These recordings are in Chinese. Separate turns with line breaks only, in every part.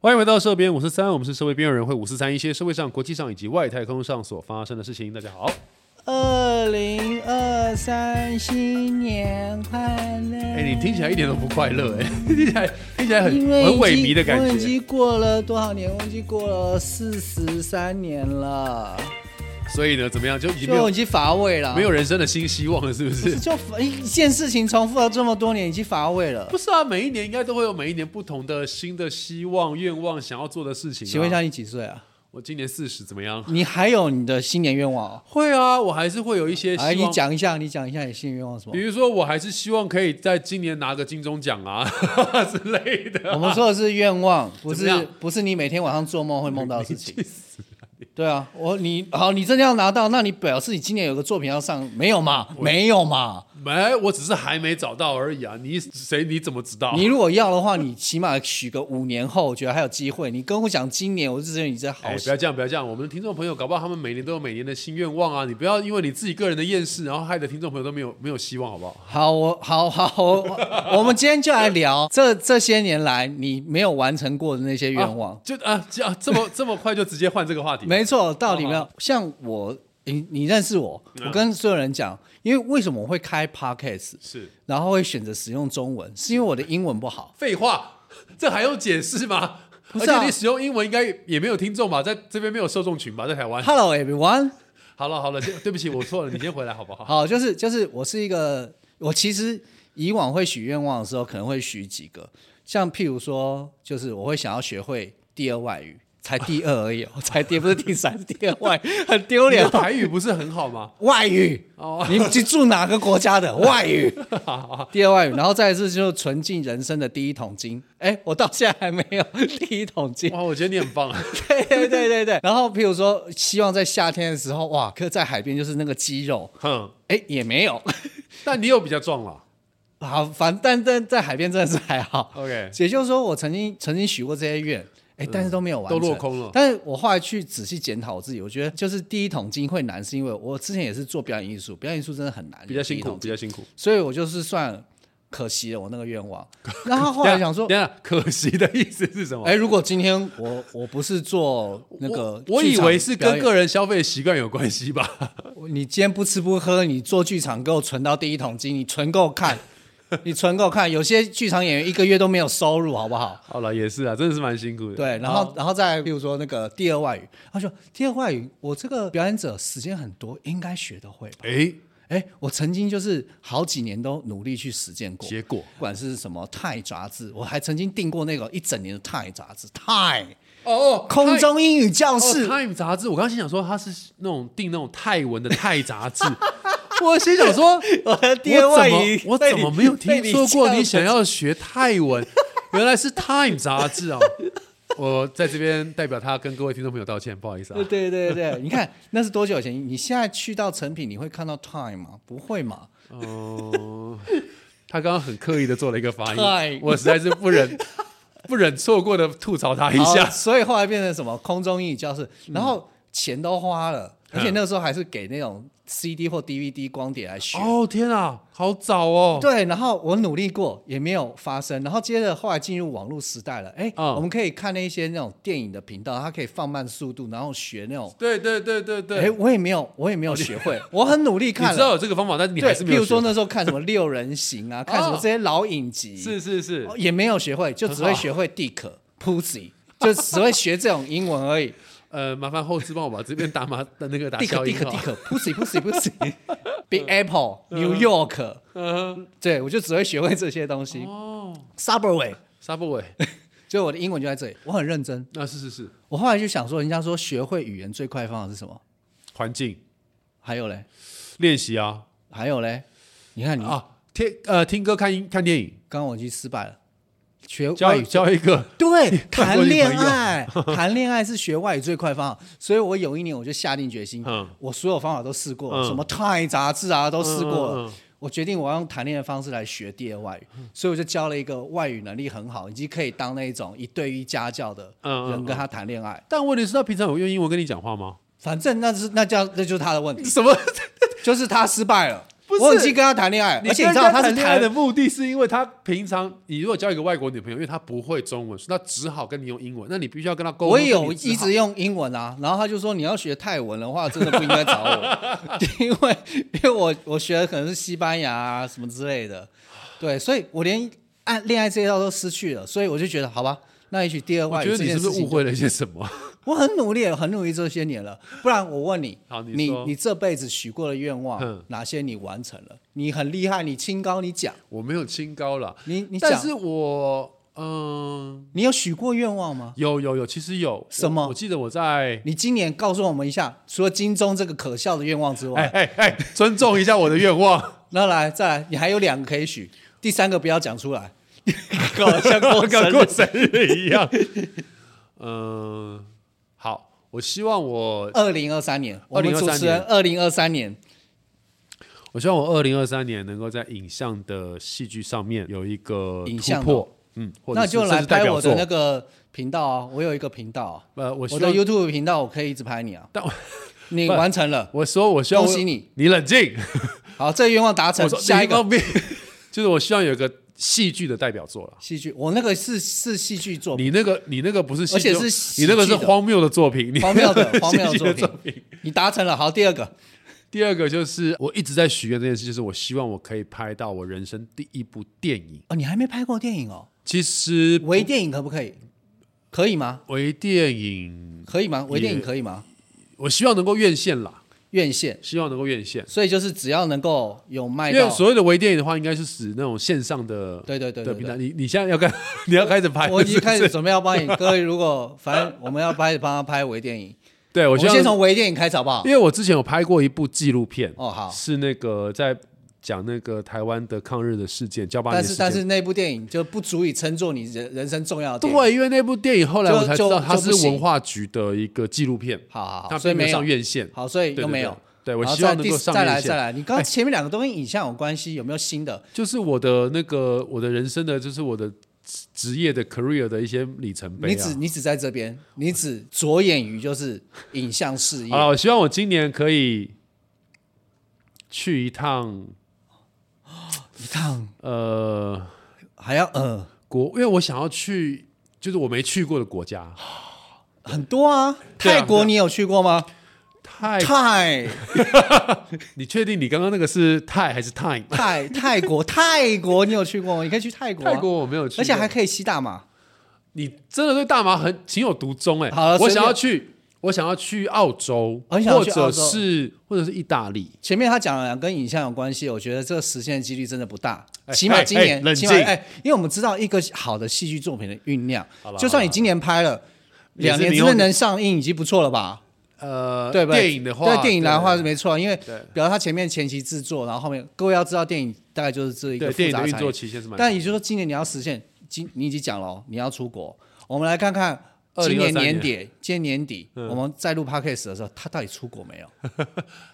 欢迎回到社边，我是三，我们是社会边缘人会五四三一些社会上、国际上以及外太空上所发生的事情。大家好，
二零二三新年快乐！
哎、
哎
你听起来一点都不快乐、哎， 听起来听起来很
因为
很萎
已经
靡的感
我已
觉。
经过了多少年？我已经过了四十三年了，
所以呢，怎么样就已经没
就
有
已经乏味了。
没有人生的新希望了，是不
不是，
是？
就乏一件事情重复了这么多年，已经乏味了
不。是啊，每一年应该都会有每一年不同的新的希望、愿望，想要做的事情、
请问一，下，你几岁啊？
我今年四十怎么样？
你还有你的新年愿望哦？
会啊，我还是会有一些希
哎，
望。
你讲一下，你讲一下你新年愿望是什么
比？如说，我还是希望可以在今年拿个金钟奖啊 之类的。
我们说的是愿 望，不
怎么
是
样
不是你每天晚上做梦会梦到的 事情。对啊，我你好，你真的要拿到，那你表示你今年有个作品要上，没有嘛？没有嘛？
没，我只是还没找到而已啊！你谁？你怎么知道？
你如果要的话，你起码许个五年后，我觉得还有机会。你跟我讲今年，我就觉得你这好
哎，不
想。
要这样，不要这样！我们的听众朋友，搞不好他们每年都有每年的新愿望啊！你不要因为你自己个人的厌世，然后害得听众朋友都没有没有希望，好不好？
好，我好好我，我我们今天就来聊这这些年来你没有完成过的那些愿望。
啊就啊，这啊这么这么快就直接换这个话题？
没错，道理没
好
有。像我，你你认识我，
嗯
我跟所有人讲，因为为什么我会开 podcast，
是
然后会选择使用中文，是因为我的英文不好。
废话，这还用解释吗？
不是啊
而且你使用英文应该也没有听众吧？在这边没有受众群吧？在台湾？
Hello everyone，
好了好了，对对不起，我错了，你先回来好不 好？
好，就是就是我是一个，我其实以往会许愿望的时候，可能会许几个，像譬如说，就是我会想要学会第二外语，才第二而已 哦，才第不是第三，是第二外语，很丢
你
脸
的
哦。
台语不是很好吗？
外语
哦
哦，你你住哪个国家的外语？第二外语，然后再一次就是存进人生的第一桶金。哎，我到现在还没有第一桶金。
哇，我觉得你很 棒啊！
对对对对对。然后譬如说，希望在夏天的时候，哇，可在海边就是那个肌肉，
哼，
哎，也没有。
但你有比较壮了。
好，反但但在海边真的是还好。
OK，嗯
也就是说，我曾经曾经许过这些愿，哎，但是都没有完成，
都落空了
但是我后来去仔细检讨我自己，我觉得就是第一桶金会难，是因为我之前也是做表演艺术，表演艺术真的很难，
比较辛
哎第一
苦，
桶金
比较辛苦。
所以我就是算可惜了我那个愿 望。然后后来想说，
等一下， 等一下可惜的意思是什么？
哎，如果今天我我不是做那个
我我以为是跟
个
个人消费习惯有关系吧？
你今天不吃不喝，你做剧场给我存到第一桶金，你存 够看，你存够看。有些剧场演员一个月都没有收入，好不好？
好了，也是啊，真的是蛮辛苦的。
对，然后然后再比如说那个第二外语，他说第二外语我这个表演者时间很多，应该学得会吧？
哎，
哎，我曾经就是好几年都努力去实践过，
结果
不管是什么泰杂志，我还曾经订过那个一整年的泰杂志，泰
哦
空中英语教
哦
室，
Time 杂志，我刚刚心想说它是那种订那种泰文的泰杂 志，我心想 说，
我的
我
第
怎
二外
么
语，
我
被
怎
你
么没有听说过
被
你
你
想要学泰文？ 原来是 Time 杂志啊！我在这边代表他跟各位听众朋友道歉，不好意思啊
对。对对对，你看那是多久以前？你现在去到成品，你会看到 time 吗？不会嘛？
哦， 他刚刚很刻意的做了一个发音
太，
我实在是不 忍不忍错过的吐槽他一
好
下。
哦
嗯
所以后来变成什么空中英语教室，然后钱都花了，而且那时候还是给那种 CD 或 DVD 光碟来学。
哦天啊，好早哦！
对，然后我努力过也没有发生，然后接着后来进入网络时代了，哎，
嗯
我们可以看那一些那种电影的频道，它可以放慢速度，然后学那种，
对对对对对哦
哎，我也没有，我也没有学会，我很努力
你
看
知
了，
道有这个方法，但是你
对，
还是没
譬
有
如
学
说那时候看什么六人行 啊，看什么
哦
这些老影集，
是是是
哦，也没有学会，就只
很
会
好
学会 dick pussy，就只会学这种英文而已。
呃，麻烦后置帮我把这边打码的那个 打
dick
消音啊
dick
哈。
dick pussy pussy pussy big apple New York，
嗯，
对我就只会学会这些东西。
哦
Subway，
，Subway，
就我的英文就在这里，我很认真。
那啊是是是，
我后来就想说，人家说学会语言最快的方法是什么？
环境
还有嘞，
练习啊
还有嘞，你看你刚
啊，听呃听歌、看音、看电影，嗯
刚我已经失败了，学
教
外
育
语
教一个
对，
看
谈
过女
恋
朋友
爱， 谈恋爱是学外语最快方法，所以我有一年我就下定决心，
嗯
我所有方法都试过，
嗯
什么泰杂志啊都试过了。
嗯嗯嗯嗯
我决定我要用谈恋爱的方式来学第二外语，所以我就交了一个外语能力很好，以及可以当那一种一对一家教的
嗯嗯
人跟他谈恋爱。
但问题是，他平常有用英文跟你讲话吗？
反正那是那叫那就是他的问题，
什么？
就是他失败了。
不是
我很记跟他谈恋爱，
你
而且你知
跟
道
人
他
家
是
谈恋爱
谈
的目的是因为他平常你如果交一个外国女朋友，因为她不会中文，所以她只好跟你用英文，那你必须要跟她沟通。
我也有
所以你只
一
好
直用英文啊，然后他就说你要学泰文的话，真的不应该 找我，因为因为我我学的可能是西班牙啊什么之类的，对，所以我连爱恋爱这一道都失去了，所以我就觉得好吧，那也许第二
我
外
觉
语
得
这
你
件
是
事
不是
情
误，会了一些什么？
我很努力，很努力这些年了，不然我问你
好，你
你
说
你这辈子许过的愿望
嗯
哪些你完成了？你很厉害，你清高，你讲，
我没有清高啦，
你你
但
讲，
是我嗯，
你有许过愿望吗？
有有有，其实有
什么
我我记得我在。
你今年告诉我们一下，除了金钟这个可笑的愿望之外
哎，哎哎，尊重一下我的愿望，
那来再来，你还有两个可以许，第三个不要讲出来，搞得像过生
跟
日
过生日一样。嗯，好，我希望我，
二零二三年，我们主持人二零二三年，
我希望我二零二三年能够在影像的戏剧上面有一个
影
突
像
破，嗯，或者
那
是
就
甚
来
至代
拍
表
我的
作
那个频道啊，我有一个频道啊，
呃，我
我
希
的
望
YouTube 频道，我可以一直拍你啊。
但我
你
不
完成了，
我说我希望我
恭喜你，
你冷 静，
好，这个愿望达成
我，说
下一个
你一方面 就是我希望有个戏剧的代表作了。
戏剧，我那个是是戏剧作品，
你那个你那个不是戏剧，
而且是喜
你那个是
剧的
荒谬的作品，你
荒 谬的荒谬
戏剧的
作
作
品，你达成了，好，第二个，
第二个就是我一直在许愿这件事，就是我希望我可以拍到我人生第一部电影。
哦，你还没拍过电影哦，
其实
微电影可不可以？可以吗？
微电影，
可以吗？微电影
也
可以吗？
我希望能够院线啦，
院线。
希望能够院线。
所以就是只要能够有卖
因
到
为，所谓的微电影的话，应该是指那种线上的
对对对
的
对
平
对
台。你你现在要看， 你要开始拍了，
我已经
是不
开
是
始准备要帮你各位，如果反正我们要拍帮他拍微电影，
对我
我
希
们
望
先从微电影开始好不好
因？为我之前有拍过一部纪录片，
哦好，
是那个在讲那个台湾的抗日的事件，交八年
但
事
是
件。
但是那部电影就不足以称作你人人生重要的电影。
对，因为那部电影后来
就
我才知道
就
它
就不
是
行
文化局的一个纪录片，
好好好，
它
所以
并没
没
有上
有
院线。
好，所以
对对
又没有。
对，对我
然后
希望
再
能
第
够
四
上
再来
院
再
线。
来，你刚刚前面两个都跟影像有关系，有没有新的？
就是我的那个我的人生的，就是我的职职业的 career 的一些里程碑
你只
啊。
你只在这边，你只着眼于就是影像事业
好。了，我希望我今年可以去一趟
一趟
呃
还要呃
国，因为我想要去就是我没去过的国家，
很多啊，
对啊
泰国你有去过吗？
泰
泰
你确定你刚刚那个是泰还是 time？
泰泰国，泰国你有去过吗？你可以去 泰国啊、
泰国我没有去过，
而且还可以吸大麻。
你真的对大麻很情有独钟 哎、
好了
我
随便
想要去，我想要去澳洲，
哦你想要去澳
或者
洲
是或者是意大利。
前面他讲了两跟影像有关系，我觉得这个实现的几率真的不大，
哎
起码
哎
今年，
哎冷
起码
静
哎，因为我们知道一个好的戏剧作品的酝酿
好，啦
就算你今年拍了，
也是
两年之内能上映已经不错了吧？
呃，
对不对？
电影的话，
对电影的话是
对
没错，啊因为
对
比方他前面前期制作，然后后面各位要知道电影大概就是这一个
对
复
电影
杂
的运
产
作
业，
期限是蛮，
但也就是说今年你要实现，今你已经讲了哦，你要出国，我们来看看。
2023
哦今年年
年嗯
底，今年年底，我们在录 podcast 的时候，他到底出国没有？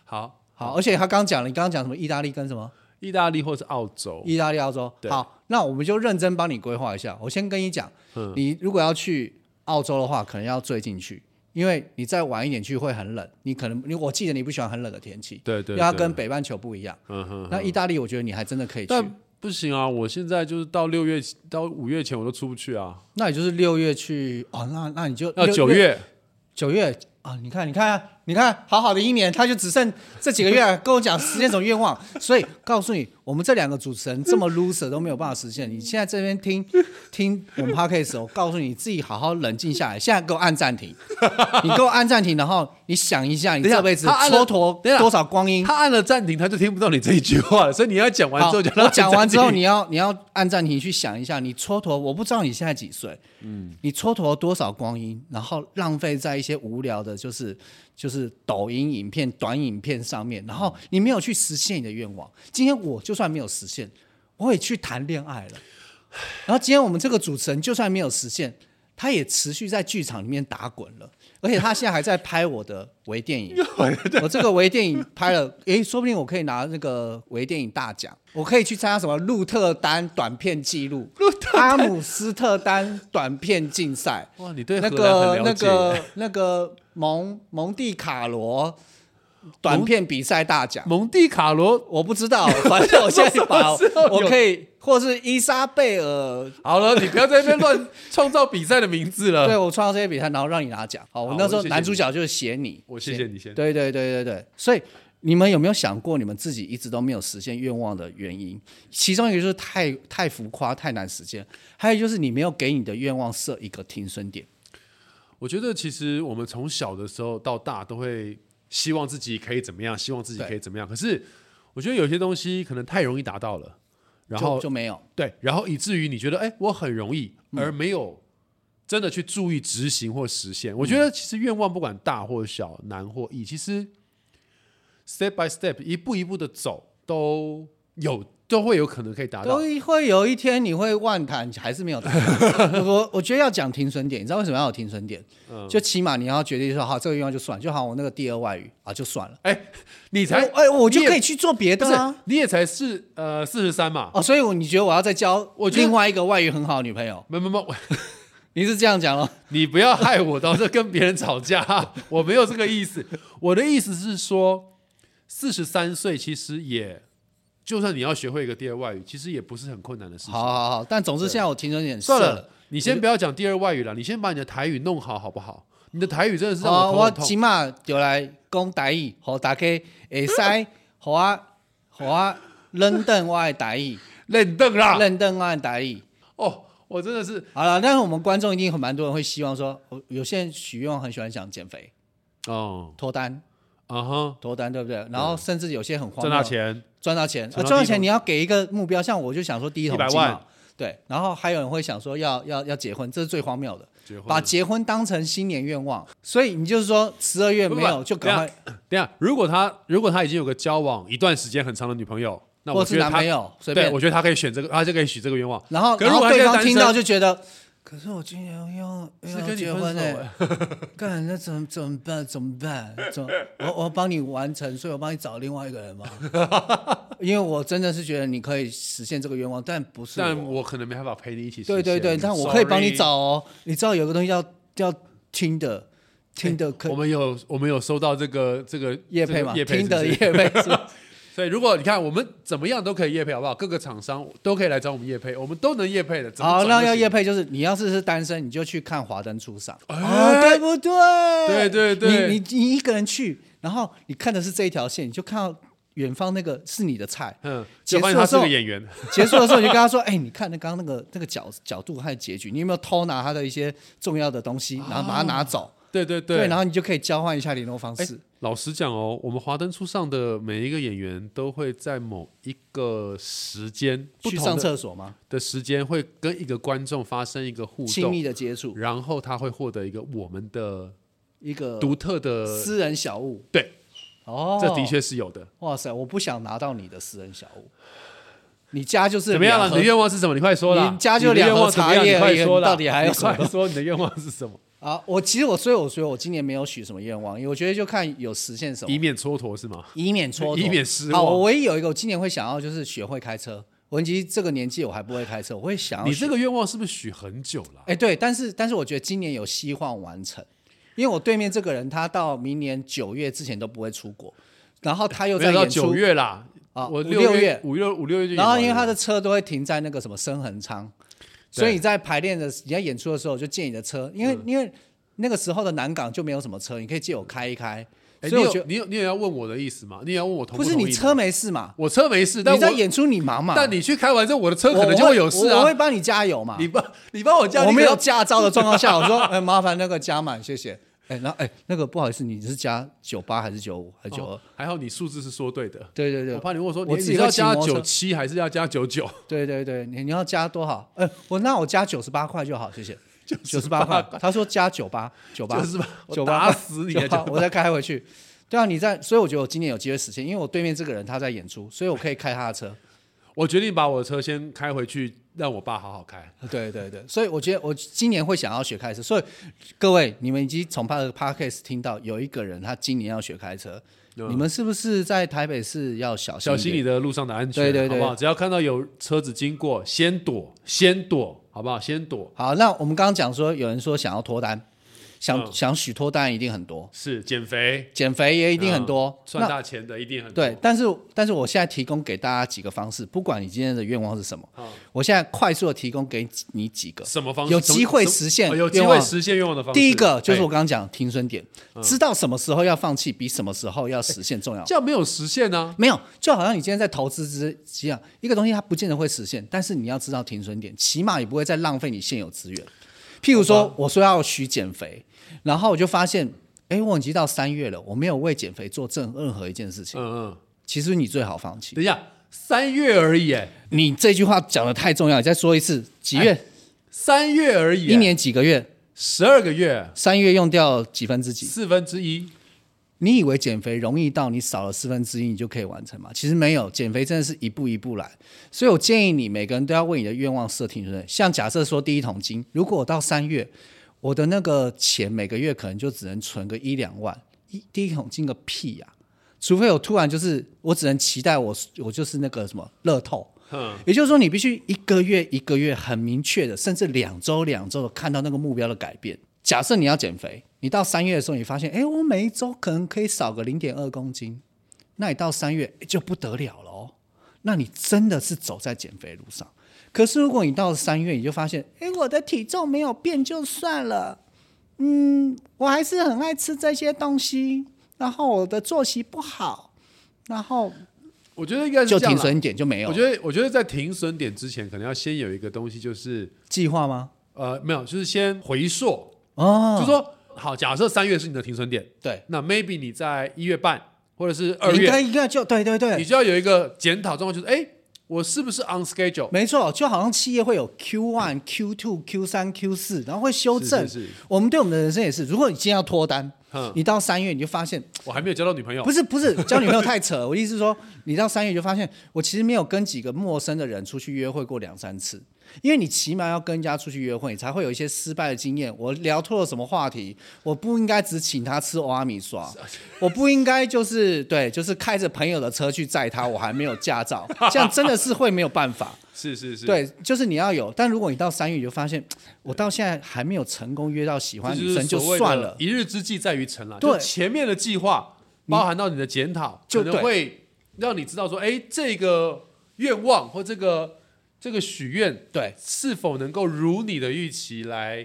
好，
好，而且他刚讲了，你刚刚讲什么意大利跟什么
意大利或是澳洲，
意大利、澳洲。
哦对
好，那我们就认真帮你规划一下。我先跟你讲，
嗯
你如果要去澳洲的话，可能要最近去，因为你再晚一点去会很冷。你可能你我记得你不喜欢很冷的天气，
对对
因为它
对
跟北半球不一样。
嗯哼，
那意大利，我觉得你还真的可以去。
但不行啊，我现在就是到六月到五月前我都出不去啊，
那也就是六月去哦，那那你就
要
六
九月，
九月啊！你看，你看，你看，好好的一年，他就只剩这几个月，跟我讲实现什么愿望。所以告诉你，我们这两个主持人这么 loser 都没有办法实现。你现在这边听听我们 podcast，我告诉你，你自己好好冷静下来。现在给我按暂停，你给我按暂停，然后你想一下，你
等一下
这辈子
他按了
蹉跎
等一下
多少光阴。
他按了暂停，他就听不到你这一句话了，所以你要讲完
好，
之后就让他
我哦讲完之后，
暂停
你要你要按暂停去想一下，你蹉跎，我不知道你现在几岁，嗯，你蹉跎多少光阴，然后浪费在一些无聊的，就是就是抖音影片、短影片上面，然后你没有去实现你的愿望。今天我就算没有实现，我也去谈恋爱了。然后今天我们这个主持人就算没有实现，他也持续在剧场里面打滚了，而且他现在还在拍我的微电影。我这个微电影拍了，诶，说不定我可以拿那个微电影大奖，我可以去参加什么鹿特丹短片记录、阿姆斯特丹短片竞赛，
哇，你对
那
荷兰
个
很
那
了解
个那个蒙蒙地卡罗短片比赛大奖。
蒙蒂卡罗。
我不知道， 反正我现在把
什么时候有
我可以，或是伊莎贝尔，
好了，你不要在那边乱创造比赛的名字了。
对我创造这些比赛，然后让你拿奖。好，我
呃好
那时
我
候
谢谢
男
你
主角就是写你，
我谢谢你先。
对对对对对，所以你们有没有想过，你们自己一直都没有实现愿望的原因？其中一个就是太太浮夸、太难实现，还有就是你没有给你的愿望设一个停损点。
我觉得其实我们从小的时候到大都会希望自己可以怎么样，希望自己
对
可以怎么样。可是我觉得有些东西可能太容易达到了，然后
就就没有，
对，然后以至于你觉得哎，我很容易，
嗯
而没有真的去注意执行或实现。我觉得其实愿望不管大或小、难或易，其实 step by step 一步一步的走，都有都会有可能可以达
都
到。
会有一天你会万谈，还是没有达 到。我我觉得要讲停损点，你知道为什么要有停损点？
嗯
就起码你要决定说，好，这个愿望就算，就好，我那个第二外语啊，就算了。
哎，你才
哎、哎我就
你也
可以去做别
不
的
是
啊。
你也才是呃四十三嘛？
哦，所以我你觉得我要再交
我觉得
另外一个外语很好的女朋友？
没没没，我
你是这样讲咯？
你不要害我到这跟别人吵架，我没有这个意思。我的意思是说，四十三岁其实也，就算你要学会一个第二外语，其实也不是很困难的事情。
好好好，但总之现在我停损点
算
设
了，你先不要讲第二外语了，你先把你的台语弄好好不好？你的台语真的是让
哦，
我头
我
很痛。
起码就来讲台语，互大家会 使，互我互我认同我的台语，
认凳啦！
认同我的台语。
哦，我真的是
好了，但是我们观众一定很蛮多人会希望说，哦有些人许愿望很喜欢想减肥、
哦
脱单、
啊哈，
脱单，对不对？然后甚至有些很荒
赚大
谬，
钱
赚到钱，
存
呃
到
赚
第
到
一桶
钱你要给一个目标，像我就想说第一桶
100
金嘛
万
对，然后还有人会想说要要要结婚，这是最荒谬的，
结婚
把。结婚当成新年愿望，所以你就是说十二月
不不
没
不
有就赶快。
等一下，如果他如果他已经有个交往一段时间很长的女朋友，那我
或是
觉得
男
他
朋友随
对
便
我。觉得他可以选这个，他就可以许这个愿望。
然后，
可是
然
如果他
后对
现在
方听
单身
到就觉得，可是我今年要
是
要
跟你
结
分
婚
手
哎、
哎
干那怎么怎么办？怎么办？怎么我我帮你完成，所以我帮你找另外一个人 嘛。因为我真的是觉得你可以实现这个愿望，但不是
但
我
我可能没办法陪你一起实现。
对对对，但我可以帮你
Sorry
找。哦。你知道有个东西叫叫听的，听的可
我们有我们有收到这个这个
叶配嘛？
叶配
听的
是不是
叶配 是吧
所以如果你看我们怎么样都可以叶配，好不好？各个厂商都可以来找我们叶配，我们都能叶配的。怎么
好，
转
那
都
要
行
叶。配就是你要是是单身，你就去看《华灯初上》
哎
哦，对不
对
对？
对对
你你你一个人去，然后你看的是这一条线，你就看到远方那个是你的菜。
嗯，就
结束
发现他是个演员，
结束的时候，你就跟他说：“哎、你看那刚刚那个那个角角度还有结局，你有没有偷拿他的一些重要的东西，然后把它拿走？哦
对对
对，然后你就可以交换一下联络方
哎
式。
老实讲哦，我们华灯初上的每一个演员都会在某一个时间哎不
去
同
上
的
厕所吗？
的时间，会跟一个观众发生一个互
亲
动，
密的接触，
然后他会获得一个我们的
一个
独特的，
私人小物。
对，
哦，
这的确是有的。
哇塞，我不想拿到你的私人小物。你家就是
怎么样了？啊
两
你
盒
的愿望是什么？你快说啦！
你家就
你的愿望
两盒
怎么样
茶叶
你快说啦！
而已到底还有
你
什么
快说你的愿望是什么？
啊，我其实我所以我说我今年没有许什么愿望，因为我觉得就看有实现什么
以，免蹉跎是吗？
以免蹉跎，
以免失望
好，我唯一有一个我今年会想要就是学会开车。我其实这个年纪我还不会开车，我会想要
你
学
这个愿望是不是许很久了？
哎对，但是但是我觉得今年有希望完成，因为我对面这个人他到明年九月之前都不会出国，然后他又
没
在
有到
演出
九，月啦，
啊
我
五
六
六月
五六五六月就演
然
完了。
后因为他的车都会停在那个什么深恒昌，所以你在排练的你在演出的时候就借你的车，因为、因为那个时候的南港就没有什么车，你可以借我开一开，
哎，
所
你
以我
有
觉得。
你有你也要问我的意思吗？你也要问我同
不是
同意
你车
吗，
没事嘛？
我车没事，但
你在
我
演出你忙嘛？
但你去开完之后，我的车
我
可能就会有事
我我
啊
会。帮你加油嘛。
你帮你帮我叫，
我
你
没
可
有
能
驾照的状况 下，我说，哎，麻烦那个加满，谢谢。哎，然后哎，那个不好意思，你是加九八还是九五还是九二
哦？还好你数字是说对的。
对对对
我，怕你问我说，你
我自
你是
己
要
会骑
加
摩托
九
车
七还是要加九九？
对对对，你你要加多少？呃，我那我加九十八块就好，谢谢。九十八块，他说加九八九八
就是吧，我
九
打
八
死你
九
啊！
八，我再开回去。对啊，你在，所以我觉得我今年有机会实现，因为我对面这个人他在演出，所以我可以开他的车。
我决定把我的车先开回去，让我爸好好开。
对对对，所以我觉得我今年会想要学开车，所以各位你们已经从他的 podcast 听到有一个人他今年要学开车，你们是不是在台北市要小心
小
一点？
心你的路上的安全，
对对对
好不好？只要看到有车子经过，先躲，先躲，好不好？先躲。
好，那我们刚刚讲说有人说想要脱单，想、
嗯
想许多当然一定很多，
是减肥嗯
减肥也一定很多。
赚大钱的一定很多
对，，但是但是我现在提供给大家几个方式，不管你今天的愿望是什么，
嗯
我现在快速的提供给你几个。
什么方式
有机会实现
什么哦有机
愿
会
望
实现愿望的方式。
第一个就是我
哎嗯
刚刚讲停损点，知道什么时候要放弃，比什么时候要实现重要。
哎这样没有实现啊呢，
没有，就好像你今天在投资之一样，一个东西它不见得会实现，但是你要知道停损点，起码也不会再浪费你现有资源。譬如说，我说要许减肥，然后我就发现，哎，我已经到三月了，我没有为减肥做正任何一件事情。
嗯嗯，
其实你最好放弃。
等一下，三月而已，哎
你这句话讲的太重要，你再说一次，几月？
三月而已，哎
一年几个月？
十二个月，
三月用掉几分之几？
四分之一，
你以为减肥容易到你少了四分之一你就可以完成吗？其实没有，减肥真的是一步一步来。所以我建议你每个人都要为你的愿望设停损。像假设说第一桶金，如果我到三月，我的那个钱每个月可能就只能存个一两万，一第一桶金个屁呀、除非我突然就是我只能期待我我就是那个什么乐透。
嗯，
也就是说，你必须一个月一个月很明确的，甚至两周两周的看到那个目标的改变。假设你要减肥，你到三月的时候，你发现，哎，我每一周可能可以少个零点二公斤，那你到三月诶就不得了了哦，那你真的是走在减肥路上。可是如果你到了三月，你就发现，哎，我的体重没有变就算了，嗯，我还是很爱吃这些东西，然后我的作息不好，然后
我觉得应该是
就
这样
停
啦。
损点就哦没有
我
了。
觉得，我觉得在停损点之前，可能要先有一个东西，就是
计划吗？
呃，没有，就是先回溯，
哦，
就说好，假设三月是你的停损点，
对。
那 maybe 你在一月半或者是二
应该
月，
应该就对对
你
对，
就要有一个检讨状况，就是哎，我是不是 on schedule？
没错，就好像企业会有 Q one、Q two、Q 三、Q 四，然后会修正。
是是是
我们对我们的人生也是，如果你今天要脱单，
嗯
你到三月你就发现
我还没有交到女朋友
不，是不是交女朋友太扯，我的意思是说，你到三月就发现，我其实没有跟几个陌生的人出去约会过两三次，因为你起码要跟人家出去约会，你才会有一些失败的经验。我聊错了什么话题？我不应该只请他吃欧 米刷，我不应该就是对，就是开着朋友的车去载他，我还没有驾照，这样真的是会没有办法。
是 是是，，
对，就是你要有，但如果你到三月你就发现，我到现在还没有成功约到喜欢
这
的
就
女
是
生，就
所谓
算
的
了。
一日之计在于晨了，
对
就前面的计划包含到你的检讨，
就
可能
对
会让你知道说，哎，这个愿望或这个这个许愿
对，
是否能够如你的预期来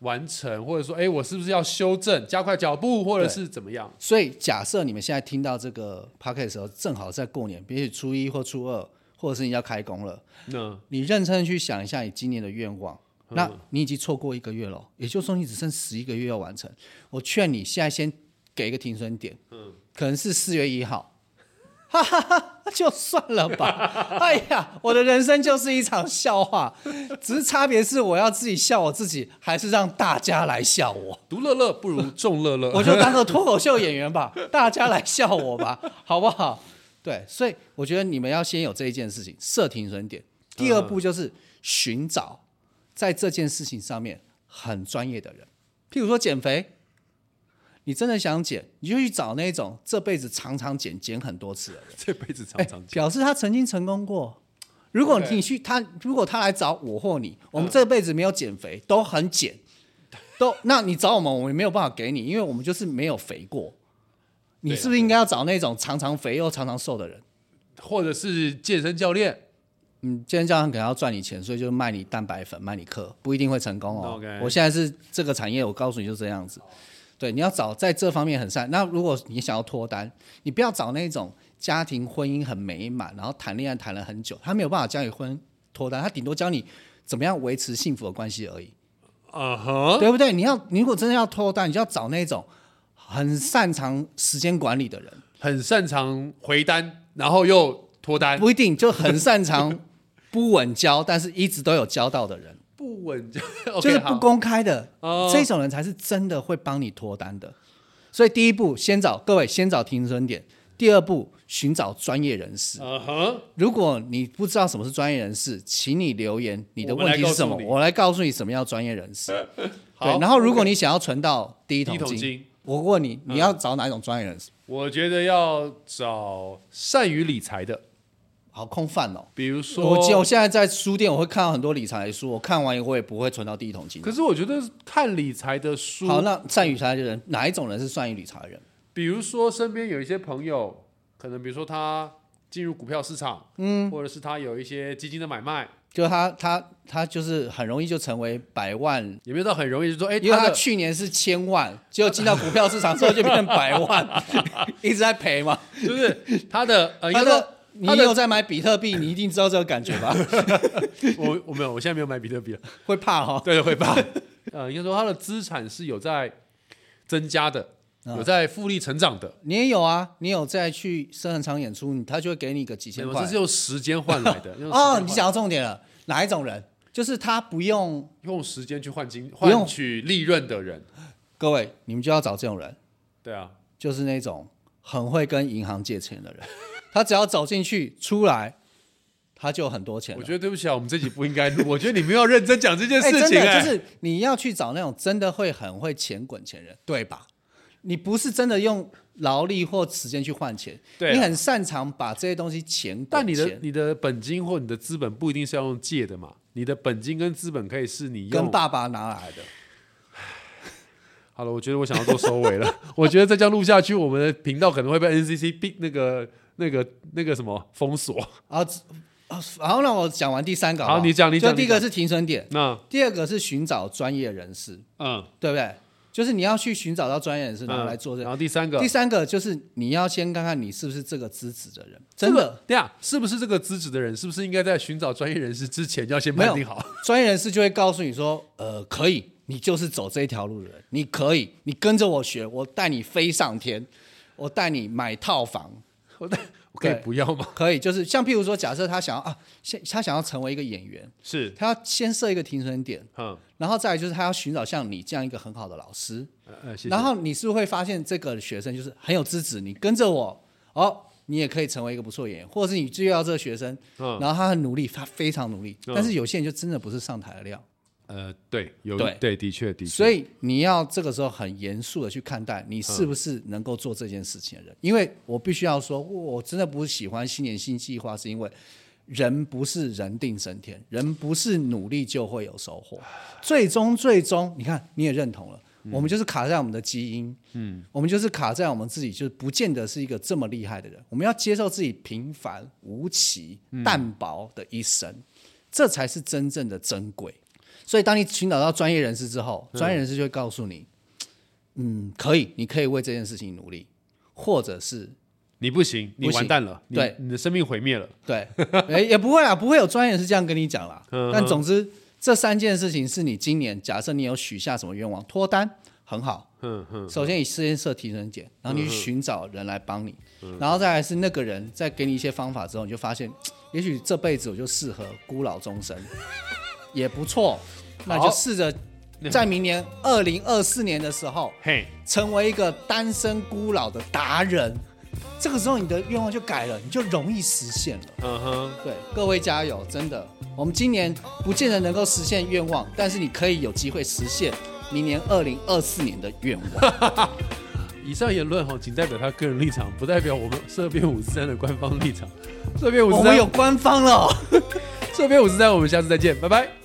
完成，或者说，哎，我是不是要修正、加快脚步，或者
对
是怎么样？
所以假设你们现在听到这个 p o c a s t 的时候，正好在过年，比如初一或初二，或者是你要开工了，
那
你认真地去想一下你今年的愿望。那你已经错过一个月了，也就是说你只剩十一个月要完成。我劝你现在先给一个停损点，嗯，可能是四月一号， 哈哈哈，就算了吧。哎呀，我的人生就是一场笑话，只是差别是我要自己笑我自己，还是让大家来笑我。
独乐乐不如众乐乐，
我就当个脱口秀演员吧，大家来笑我吧，好不好？对，所以我觉得你们要先有这一件事情，设停损点。第二步就是寻找在这件事情上面很专业的人，譬如说减肥，你真的想减，你就去找那种这辈子常常减、减很多次的人。
这辈子常
哎，
常
表示他曾经成功过。如果
OK
你去他，如果他来找我或你，我们这辈子没有减肥，都很减，都那你找我们，我们没有办法给你，因为我们就是没有肥过。你
啊对啊
是不是应该要找那种常常肥又常常瘦的人？
哎或者是健身教练。
嗯，健身教练可能要赚你钱，所以就卖你蛋白粉、卖你课，不一定会成功哦。
OK
我现在是这个产业，我告诉你就这样子。对，你要找在这方面很善。那如果你想要脱单，你不要找那种家庭婚姻很美满，然后谈恋爱谈了很久，他没有办法教你婚脱单，他顶多教你怎么样维持幸福的关系而已，
啊哈，
对不对？你要你如果真的要脱单，你就要找那种很擅长时间管理的人。
很擅长回单，然后又脱单，
不一定就很擅长不稳交，但是一直都有交到的人
不稳就
就是
OK，
不
好
公开的、
哦
这种人才是真的会帮你脱单的。所以第一步，先找各位先找停损点；第二步，寻找专业人士。
啊哈，
如果你不知道什么是专业人士，请你留言你的
我们
问题
来
是什
告
么
诉，你
我来告诉你什么叫专业人士。对
好，
然后如果你想要存到第一
第一
桶
桶
金，
金，嗯
我问你，你要找哪一种专业人士？
我觉得要找善于理财的，
好空泛哦。
比如说，
我记我现在在书店，我会看到很多理财的书，我看完以后我也不会存到第一桶金。
可是我觉得看理财的书，
好，那善于理财的人，哪一种人是善于理财的人？
比如说身边有一些朋友，可能比如说他进入股票市场，嗯，或者是他有一些基金的买卖，
就是他，他，他就是很容易就成为百万，
也没有到很容易就说，哎，
因为
他
他
的
去年是千万，结果进到股票市场之后就变成百 万，一直在赔嘛。
就是他 的呃，
他
应该说
的，你
他的
有在买比特币，你一定知道这个感觉吧？
我我没有，我现在没有买比特币了，
会怕哈、
对，会吧？ 呃，应该说他的资产是有在增加的，
啊
有在复利成长的，
你也有啊，你有再去深恒场演出，你他就会给你个几千
我
块
这。是用时间换来 的用时间
哦，
换
你讲到重点了，哪一种人？就是他不用
用时间去换金
不用
换取利润的人，
各位，你们就要找这种人，
对啊，
就是那种很会跟银行借钱的人。他只要走进去出来，他就有很多钱
我
了。
觉得对不起啊，我们这集不应该录，我觉得你们要认真讲这件
哎
事
真
情、哎，
的就是你要去找那种真的会很会钱滚钱人，对吧？你不是真的用劳力或时间去换钱，
对啊
你很擅长把这些东西钱滚钱。
但你的你的本金或你的资本不一定是要用借的嘛，你的本金跟资本可以是你用。
跟爸爸拿来的，
好了，我觉得我想要做收尾了。 我觉得再这样录下去，我们的频道可能会被 NCC 并那个那个那个什么封锁。
然后啊然后让我讲完第三个不
好你讲你讲
就第一个是停损点，
那
第二个是寻找专业人士，
嗯，
对不对？就是你要去寻找到专业人士，
嗯
然后来做这
然
个。
后第三个，
第三个就是你要先看看你是不是这个资质的人，
这
真
个
的。
对啊，是不是这个资质的人，是不是应该在寻找专业人士之前要先
没有
判定 好？
专业人士就会告诉你说，呃，可以，你就是走这一条路的人，你可以，你跟着我学，我带你飞上天，我带你买套房，
我我可以
对
不要吗？
可以，就是像譬如说，假设他想要啊，先他想要成为一个演员，
是，
他要先设一个停损点，
嗯，
然后再来就是他要寻找像你这样一个很好的老师，
呃呃，谢谢。
然后你是不是会发现这个学生就是很有资质，你跟着我哦，你也可以成为一个不错演员，或者是你就要这个学生，
嗯
然后他很努力，他非常努力，
嗯
但是有些人就真的不是上台的料。
呃，对，有
对
对，的确的确，
所以你要这个时候很严肃的去看待你是不是能够做这件事情的人，因为我必须要说，我真的不喜欢新年新计划，是因为人不是人定胜天，人不是努力就会有收获，最终最终，你看你也认同了。我们就是卡在我们的基因，嗯，我们就是卡在我们自己，就是不见得是一个这么厉害的人。我们要接受自己平凡、无奇、淡薄的一生，这才是真正的珍贵。所以，当你寻找到专业人士之后，专业人士就会告诉你，嗯，可以，你可以为这件事情努力，或者是
你不行，你
不行
完蛋了，你
对，
你的生命毁灭了。
对， 也也不会啦，不会有专业人士这样跟你讲啦
嗯。
但总之，这三件事情是你今年假设你有许下什么愿望，脱单很好。
嗯嗯，
首先，你先设提升点，然后你去寻找人来帮你，
嗯
然后再来是那个人再给你一些方法之后，你就发现，也许这辈子我就适合孤老终 生，也不错。那
好
就试着在明年二零二四年的时候，
嘿，
成为一个单身孤老的达人。这个时候你的愿望就改了，你就容易实现了。
嗯哼，
对，各位加油，真的，我们今年不见得能够实现愿望，但是你可以有机会实现明年二零二四年的愿望。
以上言论哈，仅代表他个人立场，不代表我们社编五十三的官方立场。社编五
我
十
们
三
有，官方了哦。
社编五十三，我们下次再见，拜拜。